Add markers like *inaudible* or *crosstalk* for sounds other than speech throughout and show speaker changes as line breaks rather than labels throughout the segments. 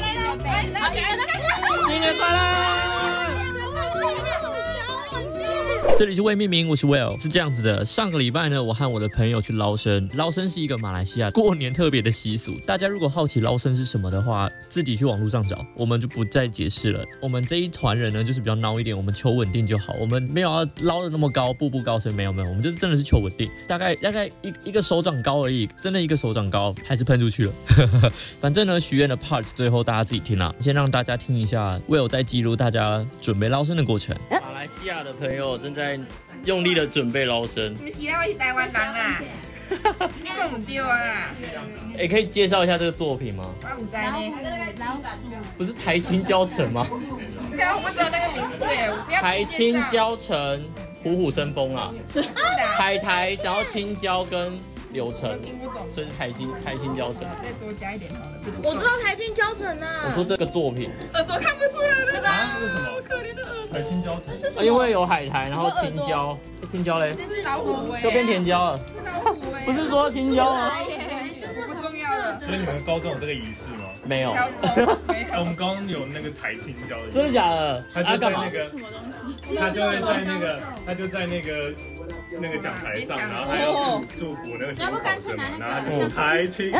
好，新年快乐！
新年快乐！这里是未命名，我是 Will，是这样子的。上个礼拜呢，我和我的朋友去捞生，捞生是一个马来西亚过年特别的习俗。大家如果好奇捞生是什么的话，自己去网络上找，我们就不再解释了。我们这一团人呢，就是比较孬一点，我们求稳定就好，我们没有要捞的那么高，步步高升，没有没有，我们就是真的是求稳定，大概大概一一个手掌高而已，真的一个手掌高，还是喷出去了。 *laughs* 反正呢，许愿的 part 最后大家自己听啦，先让大家听一下 Will 在记录大家准备捞生的过程。马来西亚的朋友正在用力的准备捞生，
就是啦，我是台湾人啦，你讲唔对啊啦，
哎、可以介绍一下这个作品吗？
我唔知呢，
不是台青教程吗？
但我不知道那个名字耶，我不要
台
介
青
绍
教程，虎虎生风啦，
是啦，
海苔，然后青椒跟柳橙，
听不懂，
所以是台青台青教程。
嗯
再多加一点好了，
我知道台青教程啊
我，说这个作品，
耳朵看不出来了，
啊？为什么？可怜的耳。青椒头。
啊因为有海苔，然后青椒，哎青椒嘞，
这是老虎哎，
就变甜椒了，
是老虎哎，
不是说青椒吗？
哎
不重要了，
所以你们高中有这个仪式吗？
没有，
小狗没
哎，我
有，
们高中有那个台青椒的仪式，
真的假的？
他
啊，
就在
干嘛
那？个，他就会在那个，他就在那个那个讲台上，然后还有祝福那个小考生嘛，然后他
哦
就台青，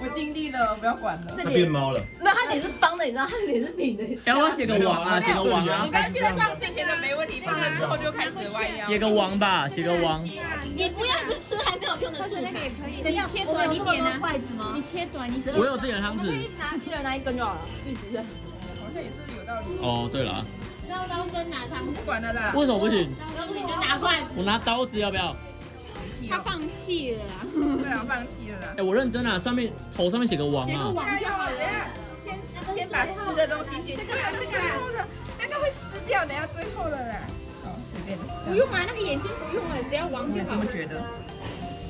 我尽力了，不要管了。
他变猫了，
没有，他脸是方的，你知道，他脸是平的。
然后写个王
*laughs*
啊，写个王啊
你，刚刚觉得像之前的没问题，放了之后就开始弯腰，
写个王吧，写个王。
你不要只吃还没有用的素材。
等一下，切短一点啊！
筷子吗
你？切短一点。
我有自己的
我
汤
们可以
匙
一。直拿，一人拿一根就好了，一直吃。
好像也是有道理，
哦，对了，
然后然后真拿汤
我不管了啦，
*laughs* 为什么不行？
然后你就拿筷子。
我拿刀子要不要？
他放弃了啊。
对啊，放弃了啦。
哎，我认真啊，上面头上面写个王啊。
太好了，先先把湿的东西先，这个啦，这个啦，那个会湿掉，等下最后的啦。好，随便。
不用啊，那个眼睛不用了，只要王就
这
好
么
了。
觉得。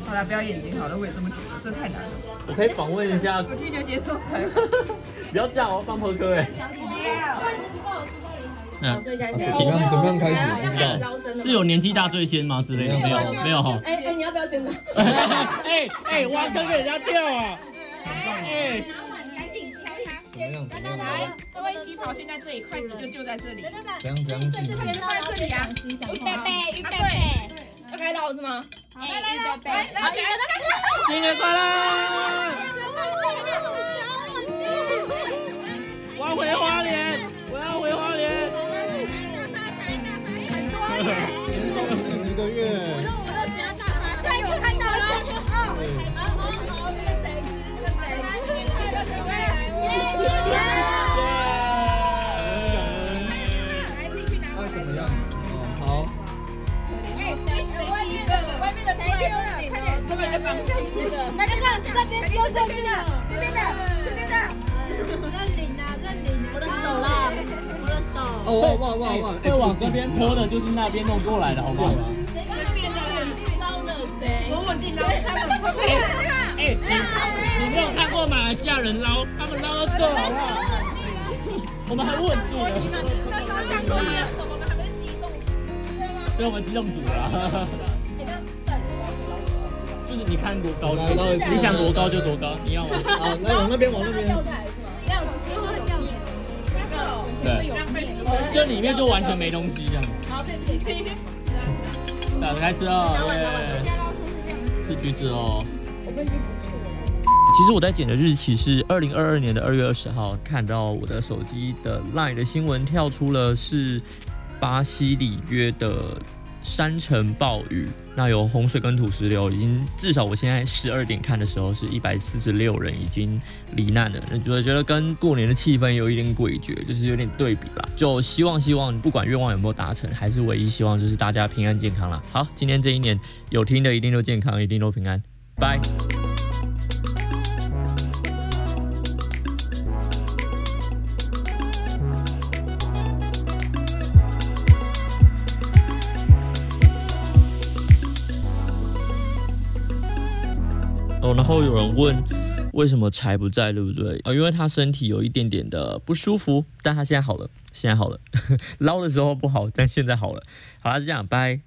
好了，不要眼睛好了，我也这么觉得，这太难了。
我可以访问一下，
我拒绝接受采访。 *laughs*
不要这样，我要放破科哎。
筷子不够，我书包里
嗯，
所以现
怎么样怎么样开始
要要开始捞生了吗
是有年纪大最先吗之类的？没有，啊没有哈。
哎哎，你要不要先拿？
哎哎，挖坑给人家掉啊！哎，
怎么样？怎么样？
各位旗袍现在这里，筷子就就在这里。
怎样？怎样？怎样？
在这里啊！预备备，预备备。要开刀是吗？哎，预备备。好，预备
新年快乐！我要回花莲，我要回花莲。
一个月。那怎么样？哦，好。哦哇哇哇哇！
会哎往这边泼的，就是那边弄过来的，好不好？哎，你你没有看过马来西亚人捞，他们捞到这，好不好？我们还稳住了，所以我们激动组了。 *laughs* 就是你看多哦高，
来捞一次
你想多高就多高，你要吗？
好，来往那边，往那边。
对，这里面就完全没东西这样。打开吃哦，耶！是橘子哦。
其实我在剪的日期是二零二二年的二月二十号，看到我的手机的 LINE 的新闻跳出了是巴西里约的山城暴雨，那有洪水跟土石流，已经至少我现在十二点看的时候是一百四十六人已经罹难了，那就觉得跟过年的气氛有一点诡谲，就是有点对比啦。就希望希望不管愿望有没有达成，还是唯一希望就是大家平安健康啦。好，今天这一年有听的一定都健康，一定都平安，拜。哦，然后有人问为什么柴不在，对不对？啊、因为他身体有一点点的不舒 *laughs* 服，但他现在好了，现在好了。捞的时候不好，但现在好了。好啦，就这样，拜。